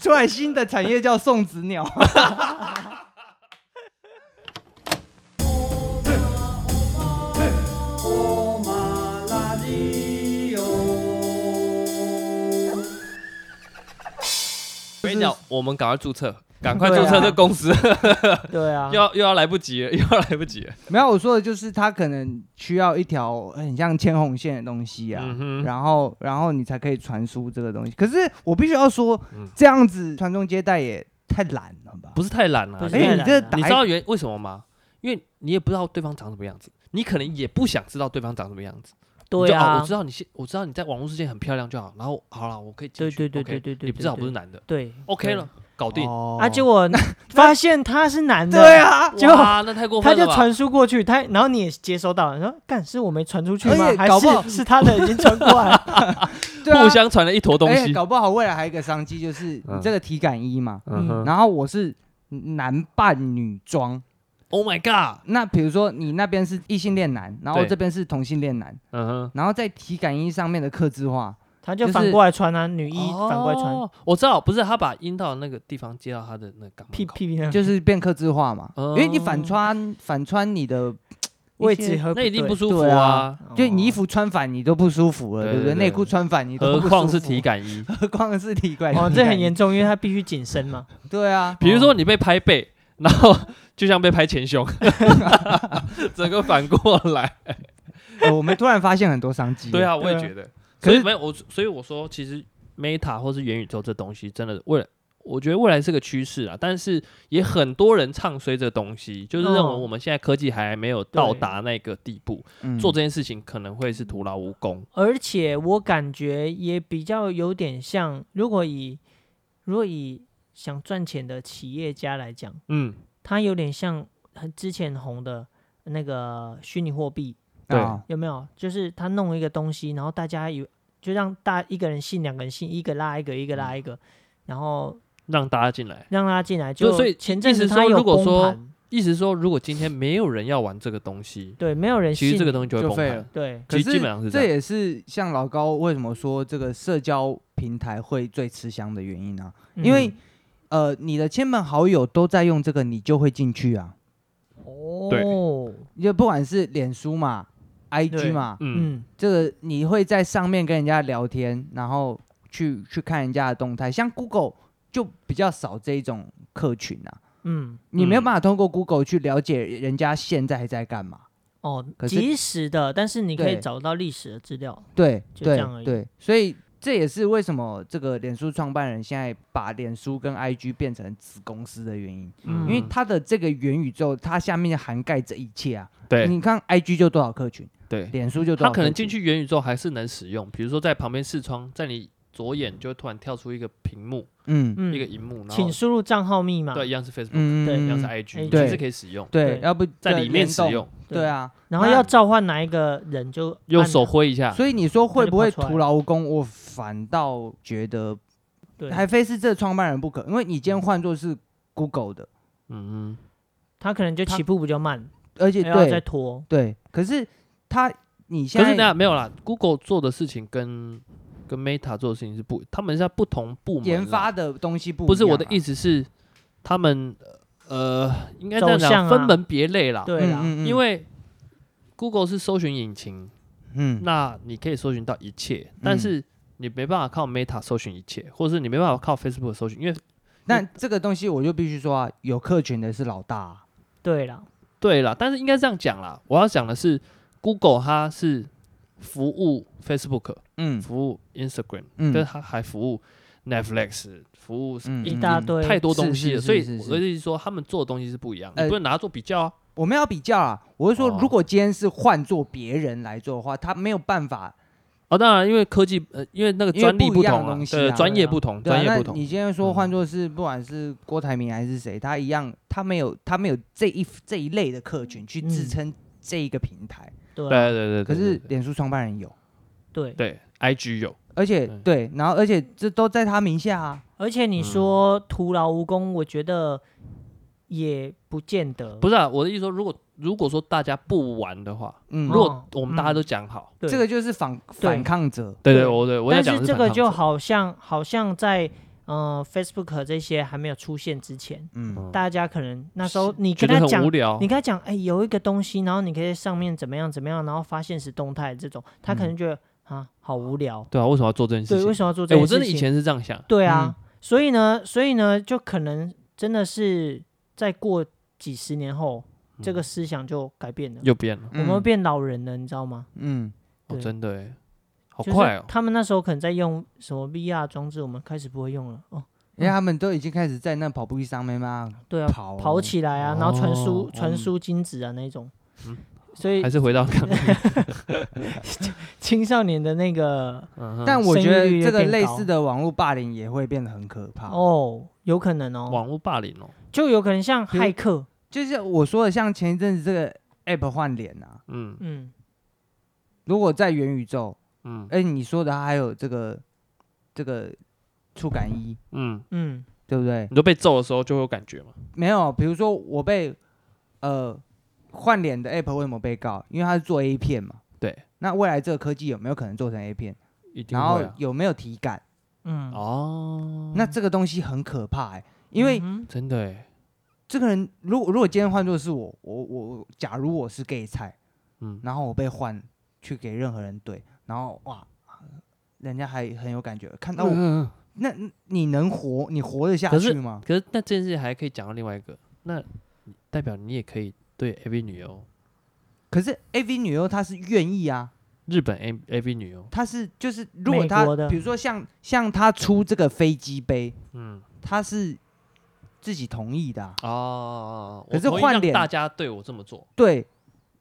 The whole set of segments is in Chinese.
出来新的产业叫送子鸟。我跟你就讲是，我们赶快注 册，赶快注对啊册这公司，对啊 又，要又要来不及了，又 要来不及了。 没有我说的就是它可能需要一条很像牵红线的东西啊。嗯哼，然后，然后你才可以传输这个东西。可是我必须要说，嗯这样子传宗接代也太懒了吧？不是太懒了、不是哎、太你懒这了打你一知道原为什么吗？因为你也不知道对方长什么样子，你可能也不想知道对方长什么样子。对你就哦，啊我知，道你现，我知道你在网络世界很漂亮就好，然后好了，我可以进对去对对 OK，对对对你不知道对不是男的对，OK 了，搞定。哦啊，结果 发现他是男的，对，啊，结果哇那太过他分就了吧？传输过去，他然后你也接收到，你说干是我没传出去而吗且？还搞不好是是他的已经传过来？对啊互相传了一坨东哎西。搞不好未来还有一个商机，就是你嗯这个体感衣嘛，嗯哼然后我是男扮女装。 ，Oh my god！那比如说你那边是异性恋男，然后对这边是同性恋男，嗯哼，然后在体感衣上面的刻字化，他就就是反过来传啊，女一哦反过来传，我知道，不是他把阴道那个地方接到他的那个肛门屁口屁 屁那就是变刻字化嘛，因哦为你反穿反穿你的位一些置和哦那一定不舒服对啊啊，，就你衣服服穿反你都不舒服了，对对不对？哦对对内裤穿反你都何不舒服况是体，感 衣。何况是体感，哦，体这感很严重，因为他必须紧身嘛。对啊，比如说你被拍背，然后就像被拍 前胸，整个反过来。呃我们突然发现很多商机，对，啊，我对啊也觉得。可所以是没有我，所以我说，其实 Meta 或是元宇宙这东西，真的未来，我觉得未来是个趋势啊。但是也很多人唱衰这东西，就是认为哦我们现在科技还没有到达那个地步，嗯做这件事情可能会是徒劳无功。而且我感觉也比较有点像，如果以如果以想赚钱的企业家来讲，嗯，他有点像很之前红的那个虚拟货币，对啊有没有？就是他弄一个东西，然后大家有就让大一个人信，两个人信，一个拉一个，一个嗯拉一个，然后让大家进来。让他进来。就就所以前阵意思子他说有如果崩说盘意思说，如果今天没有人要玩这个东西，对，没有人其信实这个东西就会就崩废盘了。对可其实基本上是这这样也是像老高为什么说这个社交平台会最吃香的原因啊，嗯因为呃，你的亲朋好友都在用这个，你就会进去啊，对哦，就不管是脸书嘛、对 IG 嘛，嗯，嗯，这个你会在上面跟人家聊天，然后去去看人家的动态，像 Google 就比较少这一种客群啊。嗯，你没有嗯办法通过 Google 去了解人家现在在干嘛，哦，可是及时的，但是你可以对找到历史的资料。对就这对样而已对，所以这也是为什么这个脸书创办人现在把脸书跟 IG 变成子公司的原因，嗯因为它的这个元宇宙，它下面涵盖这一切啊。对你看 IG 就多少客群，对，脸书就多它少，可能进。去元宇宙还是能使用，比如说在旁边视窗，在你左眼就会突然跳出一个屏幕，嗯嗯一个，荧幕，然后请输入账号密码。对，一样是 Facebook，嗯，对一样是嗯 IG，对其实可以使用，对，对要不在对里面联使动，用，对，啊，然后那要召唤哪一个人就用按手哪挥一下，所以你说会不会它就跑出来徒劳无功？我反倒觉得对，还非是这创办人不可，因为你今天换作是 Google 的，嗯嗯，他可能就它起步比较慢，而且还要对再拖。对，可是他你现可是在那没啊有啦，Google 做的事情跟跟 Meta 做的事情是不，他们是在不同部门啦研发，的东西不啊不是我的意思，思是，他们呃应该这走样向讲，啊分门别类啦，对啦，嗯因为 Google 是搜寻引擎，嗯那你可以搜寻到一切，但是你没办法靠 Meta 搜寻一切，或者是你没办法靠 Facebook 搜寻，因为那这个东西我就必须说啊，有客群的是老大啊、对啦，对啦，但是应该这样讲啦，我要讲的是 Google 它是服务 Facebook，嗯服务 Instagram，嗯但是它还服务 Netflix，服务嗯一一大堆太多东西了，是是是所以是是我的意思是说他们做的东西是不一样，呃你不能拿它做比较啊。我们要比较啊，我是说，哦如果今天是换做别人来做的话，他没有办法。哦，当然，因为科技，呃，因为那个因为专利不不一样同的啊东西对啊专业对啊不同，对啊专业不那同。你今天说嗯换作是不管是郭台铭还是谁，他一样，他没有他没有这一这一类的客群去支嗯撑这一个平台。对啊对对对对，可对是对脸书创办人有，对。对，IG 有，而且嗯对，然后而且这都在他名下啊。而且你嗯说徒劳无功，我觉得也不见得。不是啊，我的意思说，如果如果说大家不玩的话，嗯如哦，果我们大家都讲好，对这个就是反反抗者。对对，对我对我在但讲是的这反个抗就者好像好像在嗯、Facebook 这些还没有出现之前，哦嗯，大家可能那时候你觉跟得他很讲无，聊你。跟他讲，哎、有一个东西，然后你可以在上面怎么样怎么样，然后发现实动态这种，他嗯可能觉得、啊，好无聊。对啊，为什么要做这件事对，为情？什么要做这哎，件我事情？真的以前是这样想。对啊，嗯所以呢，所以呢，就可能真的是再过几十年后，这个嗯思想就改变了，又变了，我们变老人了，你知道吗？嗯，哦，对真的哎，好就是快哦。他们那时候可能在用什么 VR 装置，我们开始不会用了。哦，因为他们都已经开始在那跑步机上面嗯嘛对啊，跑跑起来啊，然后传输、哦传嗯输精子啊那种，嗯所以还是回到 刚刚，青少年的那个嗯哼但我生育觉得率又这个变类高似的网络霸凌也会变得很可怕。哦，有可能哦，网络霸凌哦，就有可能像比如骇客，就是我说的，像前一阵子这个 App 换脸啊，嗯嗯，如果在元宇宙，嗯哎、你说的还有这个这个触感衣，嗯，嗯，对不对？你都被揍的时候就会有感觉嘛，没有，比如说我被呃换脸的 App 为什么被告？因为它是做 A 片嘛。对。那未来这个科技有没有可能做成 A 片？一定然后会啊。有没有体感？嗯，哦，那这个东西很可怕、欸，因为嗯哼真的哎，这个人，如果如果今天换作是我，我我假如我是 gay 菜，嗯，然后我被换去给任何人怼，然后哇，人家还很有感觉，看到我，嗯嗯嗯那你能活，你活得下可去是吗？可是那这件事还可以讲到另外一个，那代表你也可以对 AV 女优，可是 A V 女优她是愿意啊，日本 A AV 女优，她是就是如果她美国的比如说像像她出这个飞机杯，嗯，她是自己同意的啊、哦，可我是同意换让脸大家对我这么做，对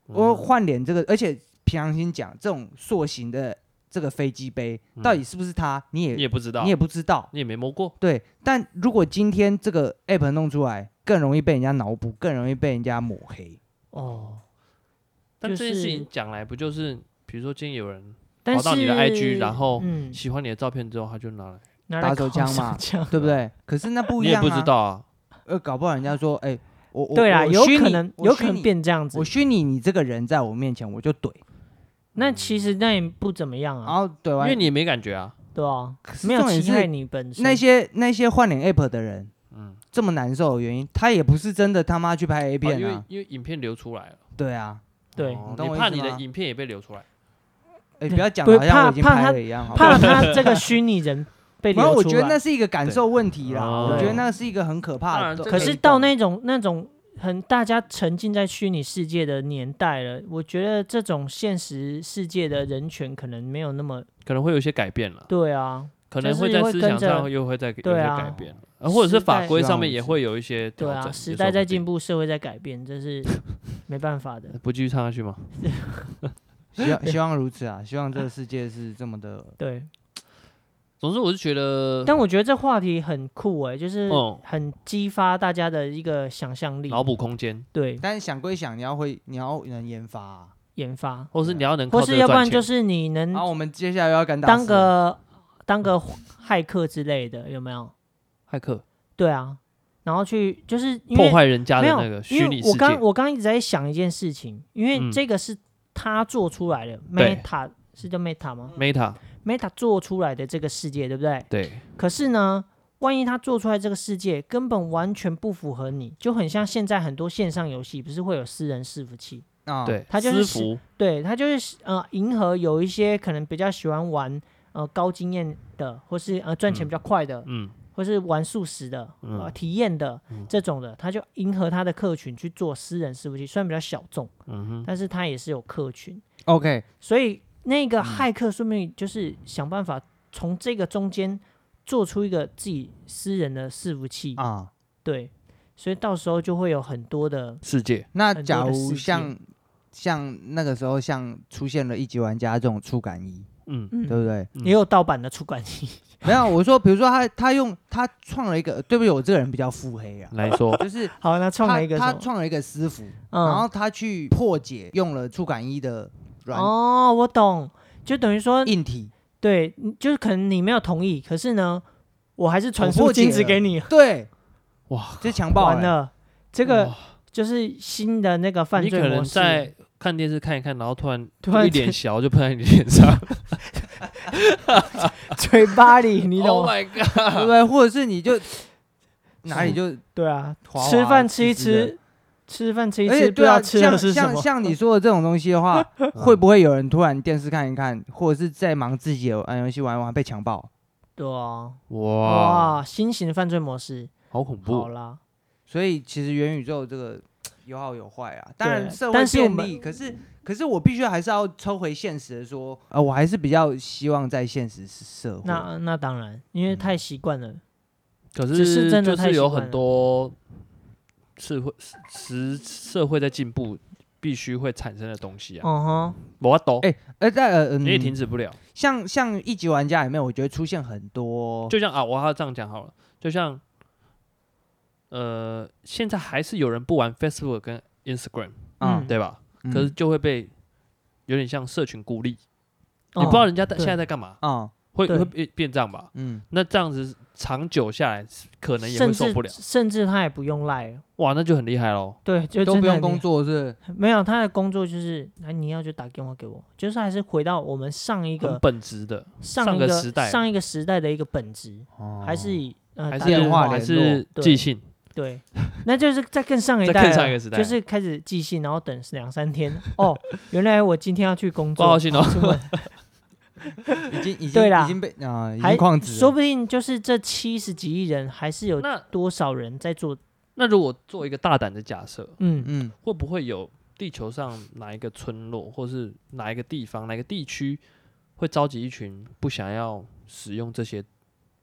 我嗯换脸这个，而且平常心讲，这种塑形的这个飞机杯嗯到底是不是她，你也你也不知道，你也不知道。你也没摸过，对，但如果今天这个 app 弄出来，更容易被人家脑补，更容易被人家抹 黑。哦，但就这件事是情讲来不就是，比如说今天有人但跑到你的 IG，是然后嗯，喜欢你的照片之后，他就拿来，拿打来手烤枪嘛手枪对不对？可是那不你一也样、啊、不知道啊，呃，搞不好人家说，哎、我我对啦，我有虚可拟能我有虚可能拟变这样子我。虚拟你这个人在我面前，我就怼，那其实那也不怎么样然啊，后怼因完，为你也没感觉啊，对吧？哦可是没有重点侵害是你本身。那些那些换脸 app 的人嗯，这么难受的原因，他也不是真的他妈去拍 A 哦片因为啊，因为影片流出来了，对啊，对哦你懂你我意怕思你的吗影片也被流出来，哎、对不要讲不得是好像我怕已经怕拍他了一样，好不好？怕 他这个虚拟人被然后流我出觉得那来。是一个感受问题啦，对我觉得哦那是一个很可怕当然的。这可个是到那种那种很大家沉浸在虚拟世界的年代了，我觉得这种现实世界的人权可能没有那么可能会有一些改变了，对啊，可就能会是在会思跟想着上又会再有一些对啊改变，呃或者是时法代规希上望面如也此会有一些对调整，啊，也时说代不在定进。步，社会在改变，这是没办法的。不继续唱下去吗？希望希望如此啊，希望这个世界是这么的。对，总之，我是觉呃得但我觉得这话题很酷哎、就是哦嗯很激发大家的一个想象力。脑补空间，对，但是想归想，你要会，你要能研发、啊。研发，或是你要能靠啊或这是个要不赚然钱就是你能然后我们接下来要敢打嗯当死个当个骇客之类的，有没有？骇客对啊，然后去就是因破为坏人家没的有那个虚因拟为世我刚界。我刚一直在想一件事情，因嗯为这个是他做出来的对，Meta 是叫 Meta 吗 Meta ？Meta 做出来的这个世界，对不对？对，可是呢，万一他做出来这个世界根本完全不符合你，就很像现在很多线上游戏不是会有私人伺服器？啊，对，它就是私服，对，它就是呃迎合有一些可能比较喜欢玩呃高经验的，或是呃赚钱比较快的，嗯，或是玩素食的、嗯呃体验的、这种的，他就迎合他的客群去做私人伺服器，虽然比较小众，嗯哼，但是他也是有客群， ，OK，所以那嗯个骇客顺便就是想办法从这个中间做出一个自己私人的伺服器，啊，对，所以到时候就会有很多的，世界，那很假多的如世界像像那个时候像出现了一级玩家这种触感衣，嗯，嗯，对不对？嗯也有盗版的出版器， 没有，我说比如说他他用他创了一个，对不起，我这个人比较腹黑啊，来 说，就是好，那创他了一个他什么？创了一个私服，嗯然后他去破解用了触感衣的软哦，我懂，就等于说硬体，对，你就是可能你没有同意，可是呢，我还是传我输破解金子了给你，对，哇，这强暴完了，这个就是新的那个犯你罪可能模式，在看电视看一看，然后突然突然一间脸小就喷在你脸上，嘴巴里， 你懂 Oh 吗？ my 对不 god！对？或者是你 就哪里就对啊，滑滑吃饭吃一直直的吃，吃饭吃一而吃，且不知对道啊，吃的像是什像么。像你说的这种东西的 话，会不会有人突然电视看一看，或者是在忙自己的玩游戏玩一玩被强暴？对啊，哇，哇，新型的犯罪模式，好恐好怖！啦，所以其实元宇宙这个有好有坏啊。当然对社会但是我便们利，可是可是我必须还是要抽回现实的说，呃，我还是比较希望在现实社会。嗯那那当然，因为太习惯了。可只是真的就太是有习惯很了多社会时社会在进步，必须会产生的东西啊，嗯哼，我懂，哎呃，在呃，嗯你也停止不了。像像一级玩家里面，我觉得出现很多，就像啊，我要这样讲好了，就像呃，现在还是有人不玩 Facebook 跟 Instagram，啊嗯对吧？嗯可是就会被有点像社群孤立，你你不知道人家在哦对现在在干嘛，啊会对会变变这样吧？嗯，那这样子长久下来，可能也会甚受至不了。甚至他也不用赖了。哇，那就很厉害喽。对，就都真不用的很厉工害作是没有，他的工作就是，哎，你要就打电话给我，就是还是回到我们上一很个本质的，上上一个个时代上一个时代的一个本质，哦还是以呃还打是电话还联是络寄信，对，那就是在更上一再代更了，上一个时代就是开始寄信，然后等两三天。 哦，原来我今天要去工报作，告信哦出门哦已经已经对啦已经被啊已还经旷职了，说不定就是这七十几亿人，还是有 那多少人在做？那如果做一个大胆的假设，嗯嗯会不会有地球上哪一个村落，或是哪一个地方、哪一个地区，会召集一群不想要使用这些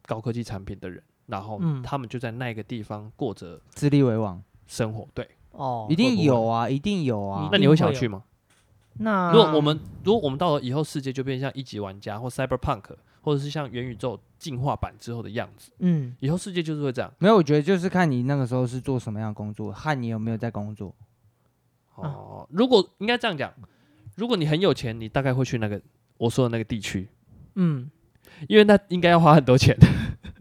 高科技产品的人，然后嗯他们就在那个地方过着自立为王，生活？对，哦一，定会不会有啊，一定有啊一嗯那定。你会想会有去吗？那如果我们如果我们到了以后世界就变成像一级玩家或 Cyberpunk，或者是像元宇宙进化版之后的样子，嗯以后世界就是会这样。没有，我觉得就是看你那个时候是做什么样的工作，和你有没有在工作。啊哦，如果应该这样讲，如果你很有钱，你大概会去那个我说的那个地区，嗯，因为那应该要花很多钱。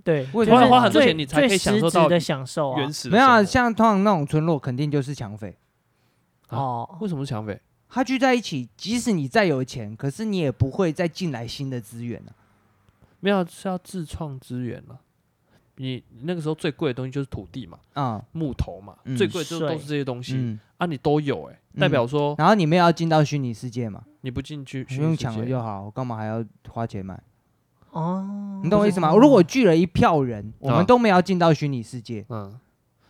对，我也就觉是得花很多最钱你才可以最享实受质到的享受啊原。始的没有、啊，生活像通常那种村落，肯定就是抢匪。啊哦，为什么是抢匪？他聚在一起，即使你再有钱，可是你也不会再进来新的资源啊。没有啊是要自创资源了、你那个时候最贵的东西就是土地嘛，啊、木头嘛，嗯最贵就税都是这些东西、嗯，啊，你都有哎、嗯代表说然后你们也要进到虚拟世界嘛，你不进去，不用抢虚了拟世界就好，我干嘛还要花钱买？哦，你懂我意思吗？哦如果聚了一票人，我啊们都没有要进到虚拟世界，嗯，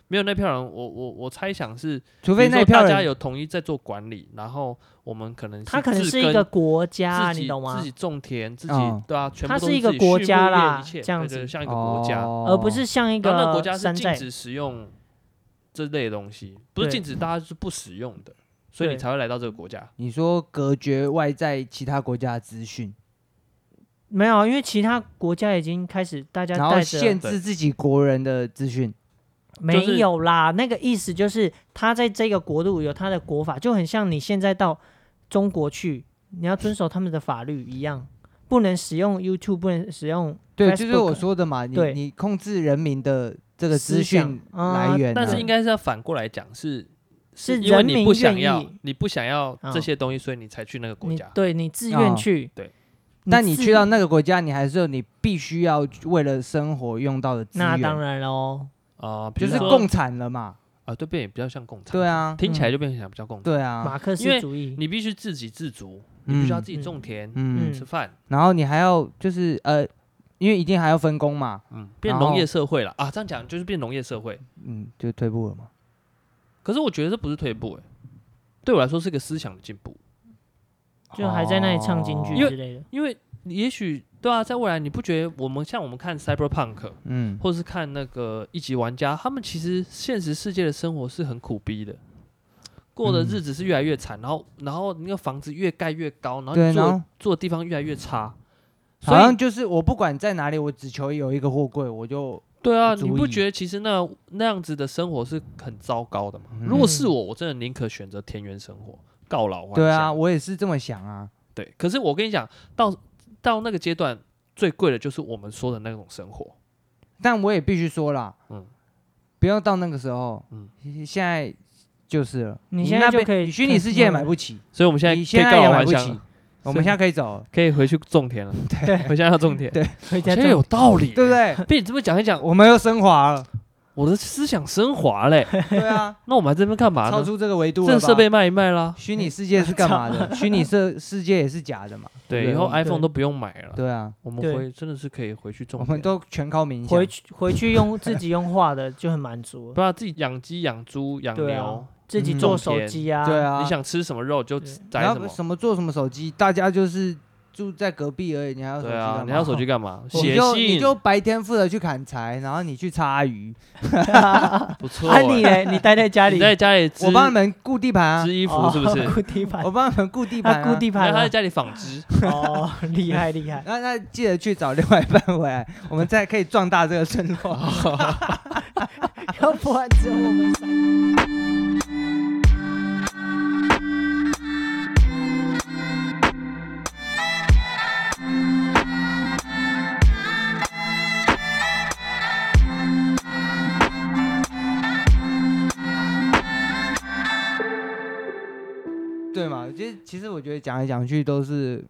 没有那票人，我我我猜想是，除除非那票大家人有统一在做管理，然后我们可能它可能自是一耕个国家，啊自你己懂吗自己？种田，自己、嗯对啊，全部它都是一个自己国家畜牧业啦一切这样对对子对像一个国哦家。而不是像一哦然后那个国家是啊山禁寨。止使用这类的东西，不是对禁止大家是不使用的，所以你对才会来到这个国家。你说隔绝外在其他国家的资讯，没有，啊因为其他国家已经开始大家然后带限着制自己国人的资讯。没就是有啦，那个意思就是他在这个国度有他的国法，就很像你现在到中国去，你要遵守他们的法律一样，不能使用 YouTube，不能使用对，就是我 Facebook 说的嘛，你对你控制人民的这个思资想讯啊来源啊、但是应该是要反过来讲，是是因为人民你不想愿要意，，你不想要嗯这些东西，所以你才去那个国你家。对你自啊愿去，对，但你自去到那个国家，你还是有你必须要为了生活用到的资源，那当然喽，啊，比就如是说共产了嘛。啊，对，变也比较像共产。对，啊，听起来就变成比较共产。对啊，马克因为思主义，你必须自给自足，嗯你必须要自己种田、嗯，嗯吃饭，然后你还要就是呃，因为一定还要分工嘛，嗯，变然后农业社会了啊。这样讲就是变农业社会。嗯，就退步了嘛。可是我觉得这不是退步、欸，对我来说是个思想的进步。就还在那里哦唱京剧因为之类的，因为你也许对啊，在未来你不觉得我们像我们看 Cyberpunk 嗯，或是看那个一级玩家，他们其实现实世界的生活是很苦逼的，过的日子是越来越惨，然后然后那个房子越盖越高，然后对你然后住住的地方越来越差，所好像以就是我不管在哪里，我只求有一个货柜，我就对啊，足你以不觉得其实那那样子的生活是很糟糕的吗？嗯如果是我，我真的宁可选择田园生活，告老还对啊，乡，我也是这么想啊。对。可是我跟你讲，到到那个阶段，最贵的就是我们说的那种生活。但我也必须说啦，嗯不要到那个时候，嗯现在就是了。你你现在那就边可以你虚拟世界也买不起，所以我们现在你可以现告在也老买还不乡起了。，我们现在可以走 了，可以回去种田了。对 回家要种田。对回其家实有种道理，欸对不？对？ 被你这么讲一讲，我我们又升华了，我的思想升华嘞。对 啊，那我们还在这边干嘛超呢？出这个维度了这吧设备卖一卖啦。虚拟世界是干嘛 的？虚拟世世界也是假的嘛？对，对以后对 iPhone 都不用买了。对啊，我们对回真的是可以回去种我田。们都全靠冥回想。去回去用自己用画的就很满足不，要自己养鸡、养猪、养对啊牛，自己嗯做种手田机啊，对，啊，你想吃什么肉就对宰什你要么。什么做什么手机，大家就是住在隔壁而已，你还要手机对干嘛？啊，你要手机干嘛？你写就信你就白天负责去砍柴，然后你去插鱼， 不错啊欸。你嘞，你待在家里你，在家里织我帮你们顾地盘啊织， 衣服是不 是？哦固地板我，帮你们顾地他盘、固啊。地然板后他在啊，家里纺织，哦，厉害 厉害，那那记得去找另外一半回来，我们再可以壮大这个村 落。哦要不然只有我们三个。对嘛？其实其实我觉得讲来讲去都是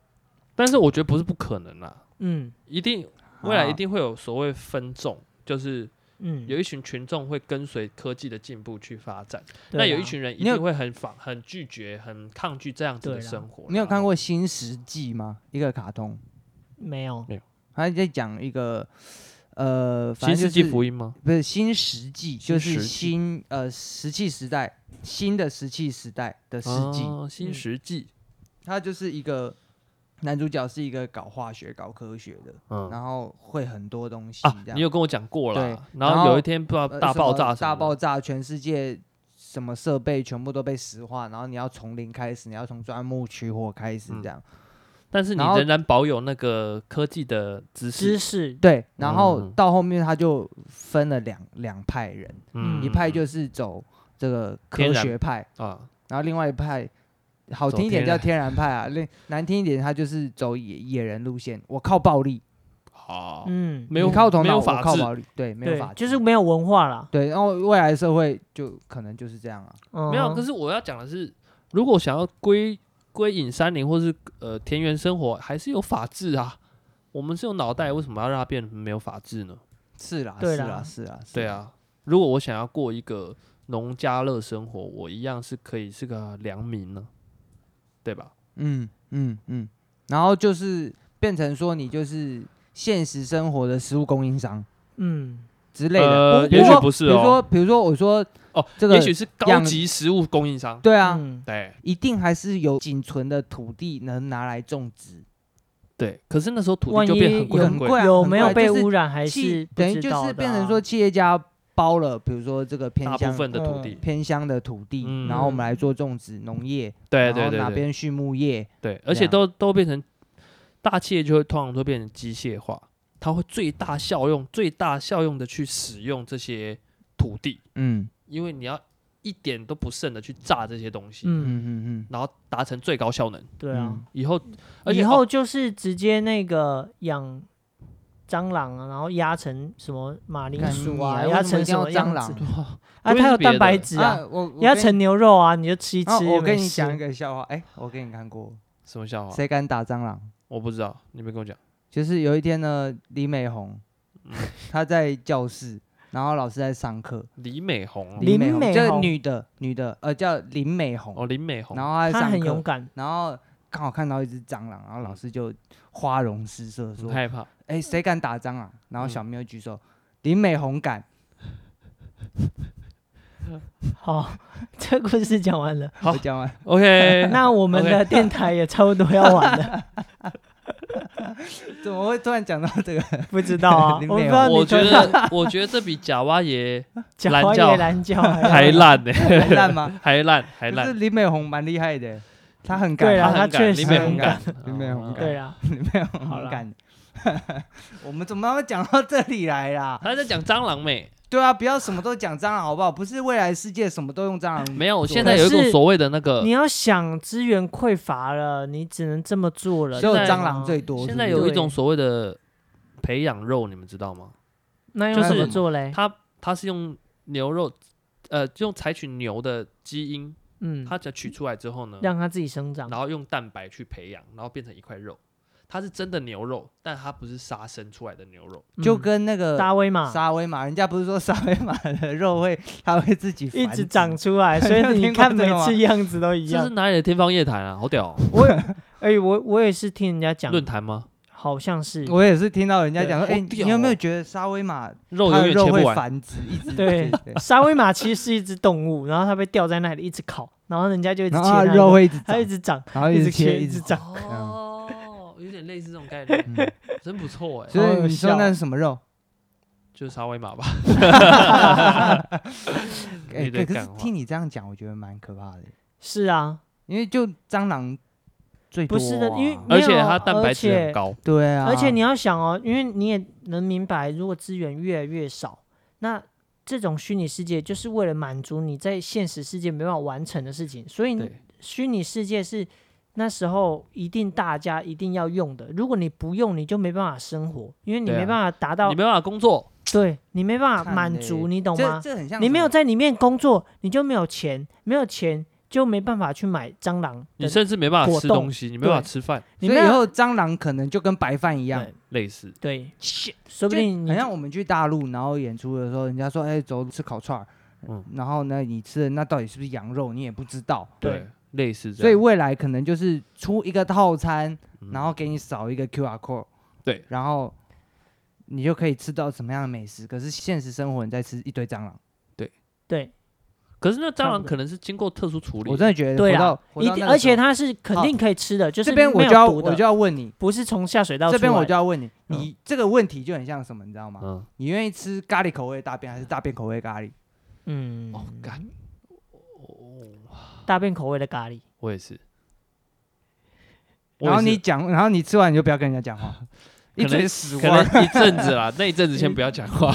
但是我觉得不是不可能啦， 嗯一定未来啊一定会有所谓分众，就是嗯，有一群群众会跟随科技的进步去发展，对啊啊那有一啦群人一你有定会很反、很拒绝、很抗拒这样子的对啦生活。啊你有然后看过《新石纪》吗？一个卡通，没有他在讲一个呃， 《反新正就世纪是福音》吗？不是新石纪，就新是石纪新呃石器时代，新的石器时代的世纪，哦新嗯世纪，他就是一个男主角是一个搞化学、搞科学的，嗯然后会很多东西啊这，样。你有跟我讲过对啦。然然后有后一天不知道呃大什爆么炸什大么爆的，炸，全世界什么设备全部都被石化，然后你要从零开始，你要从钻木取火开始嗯这样。但是你然后仍然保有那个科技的知识，知识，对，然后嗯到后面他就分了两两派人，嗯，一派就是走这个科天然学派，啊，然后另外一派。好走听一点天然叫天然派啊，另难听一点，他就是走野野人路线。我靠暴力，好，嗯，没有你靠头没脑，有我法靠治，暴力，对，没有对法，就治是没有文化啦。对。然后未来的社会就可能就是这样啊。没没有，可是我要讲的是，如果想要归归隐山林或是呃田园生活，还是有法治啊。我们是有脑袋，为什么要让它变成没有法治呢？是啦，对是啦，啦是啦，是对啦，啊，如果我想要过一个农家乐生活，我一样是可以是个良民呢、对吧？嗯嗯嗯。然后就是变成说你就是现实生活的食物供应商嗯，之类的，呃，比也如许说不是比如说哦，比如说我说哦，这个也许嗯是高养级食物供应商，对对啊，对一定还是有仅存的土地能拿来种植，对。可是那时候土万地就变一很贵有很贵啊有很没有快被就是污染还是企不等于知就道是的变成啊说企业家包了，比如说这个大偏部乡分的土地，偏乡的土地，嗯然后我们来做种植农业，对然对后对哪对边畜牧业，对，啊而且样都都变成大企业就会通常都变成机械化，它会最大效用、最大效用的去使用这些土地，嗯因为你要一点都不剩的去炸这些东西，嗯，嗯嗯然后达成最高效能。对啊，以后，而且以后哦就是直接那个养蟑螂啊，然后压成什么马铃干薯你啊，啊压为什么成一定什要么样蟑螂子哇啊？不会它是有别蛋的白质嗯，啊，啊，我我压跟成牛肉啊，你就吃一啊吃。我跟没你事讲一，个笑话，哎、我给你看过，什么笑话？谁敢打蟑螂？我不知道，你没跟我讲。就是有一天呢，李美红，她在教室，然后老师在上课，李美红哦李林美红，美这红女的，女的，呃，叫林美红，哦，林美红然后她在它上很勇课，敢， 然后刚好看到一只蟑螂，然后老师就花容失色很说害怕，：“哎、谁敢打蟑螂？”然后嗯小喵举手，林美红敢，好，这故事讲完 了，好我讲完， OK， 那我们 OK 的电台也差不多要完 了，怎么会突然讲到这个？不知道啊，林我不美知道红我你觉昨天得，我觉得这比贾蛙爷讲懒完觉也懒觉还还要烂呢，很哎烂吗？还烂，还可是烂。林美红蛮厉害的，她很敢，对她啊很很他确敢，实林美很红敢敢， 林美红敢 对啊，你没有好啦很感。 我们怎么会讲到这里来啦？他在讲蟑螂妹，对啊，不要什么都讲蟑螂好不好？不是未来世界什么都用蟑螂。没有，做现在有一种所谓的那个你，要想资源匮乏了，你只能这么做了。只有对吗蟑螂最多。现在是不有一种所谓的培养肉，你们知道吗？那就用什是么做嘞？它它是用牛肉，呃，用采取牛的基因，嗯，它只要取出来之后呢，让它自己生长。然后用蛋白去培养，然后变成一块肉。它是真的牛肉，但它不是杀生出来的牛肉。就嗯跟那个沙威玛呃沙威玛，人家不是说沙威玛的肉会它会自己一繁直殖长 出来，所你有以你听看过这每个吗次样子都一这是样。哪里的天方夜谭啊？好屌哦、我也，哎、我我也是听人家讲，论坛吗？好像是我也是听到人家讲说，对哎、好屌你有没有哦觉得沙威玛肉它的永远肉切不会完。繁殖，一 直对对沙威玛其实是一只动物，然后它被吊在那里一直烤，然后人家就一直然切后它它的的肉，会一直它一长，直长，然后一直切，一直。长。哦，有点类似这种概念，嗯真不错哎、所好以有你说笑那是什么肉？就是沙威玛吧。哎、你对，的可是感化听你这样讲，我觉得蛮可怕的，是啊，因为就蟑螂最多、不啊，是的因为没而有且它蛋白质而且很高，对啊，而且你要想哦，因为你也能明白，如果资源越来越少，那这种虚拟世界就是为了满足你在现实世界没办法完成的事情，所以对，虚拟世界是那时候一定大家一定要用的。如果你不用，你就没办法生活，因为你对啊没办法达到，你没办法工作，对你没办法看满嘞足，你懂这吗？这很像你什没有么在里面工作，你就没有钱，没有钱就没办法去买蟑螂你的。甚至没办法果吃冻东西，你没办法吃饭，你所没以以有后蟑螂可能就跟白饭一样对，类似。对，说不就定你好像我们去大陆，然后演出的时候，人家说，哎、走吃烤串儿，嗯然后呢，你吃的那到底是不是羊肉，你也不知道。对，类似这所以样。未来可能就是出一个套餐，嗯然后给你扫一个 QR code，对，然后你就可以吃到什么样的美食。可是现实生活你在吃一堆蟑螂，对可是那蟑差不螂多可能是经过特殊处理，我真的觉得对回啦到，回一到定，那个而时候且它是肯好定可以吃的，就是这边我没有就要毒的我就要问你，不是从下水道这边出来我就要问你，嗯你这个问题就很像什么，你知道吗？嗯，你愿意吃咖喱口味的大便还是大便口味的咖喱？嗯，哦，干，大便口味的咖喱，我也是。我也然后是你讲，然后你吃完你就不要跟人家讲话，一可嘴能屎味可能儿。一阵子啦， 那一阵子先不要 讲话。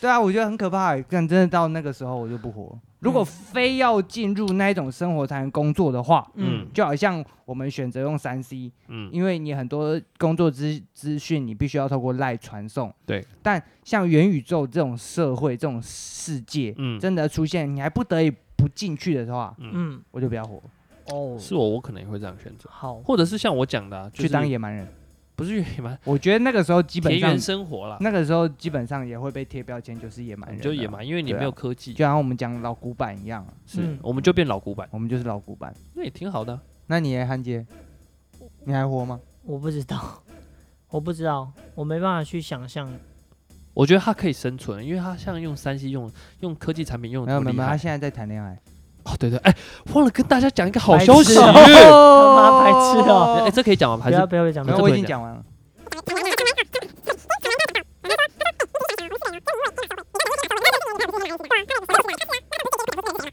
对啊，我觉得很可怕欸。但真的到那个时候我就不活了。如果嗯非要进入那一种生活才能工作的话，嗯嗯就好像我们选择用三 C，嗯，因为你很多工作资资讯你必须要透过赖传送。对。但像元宇宙这种社会、这种世界，嗯真的出现你还不得已不进去的话，嗯，我就不要活，哦，是我，我可能也会这样选择，好，或者是像我讲的啊，就去当是野蛮人。不是野蛮，我觉得那个时候基本田上园，生活啦，那个时候基本上也会被贴标签，就是野蛮人，啊你就野，蛮，因为你对啊没有科技就，像我们讲老古板一样啊，是嗯，我们就变老古板，我们就是老古板。那也挺好的啊。那你呢，汉杰，你还活吗？我不知道，我不知道，我没办法去想象，我觉得它可以生存，因为它像用三 C 用用科技产品用没的有多没有，厉没有他害现在在谈恋 爱。哦，对对，哎，忘了跟大家讲一个好消息，白痴哎，妈白啊痴哦这可以讲吗？还不要是不要被讲没哎有，这不我已能经讲讲完了。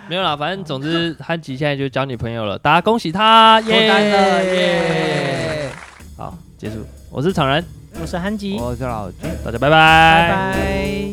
没有啦，反正总之汉吉现在就交女朋友了，大家恭喜他，脱单了耶！耶！好，结束，我是常人，我是韩吉，我是老君，大家拜拜拜拜。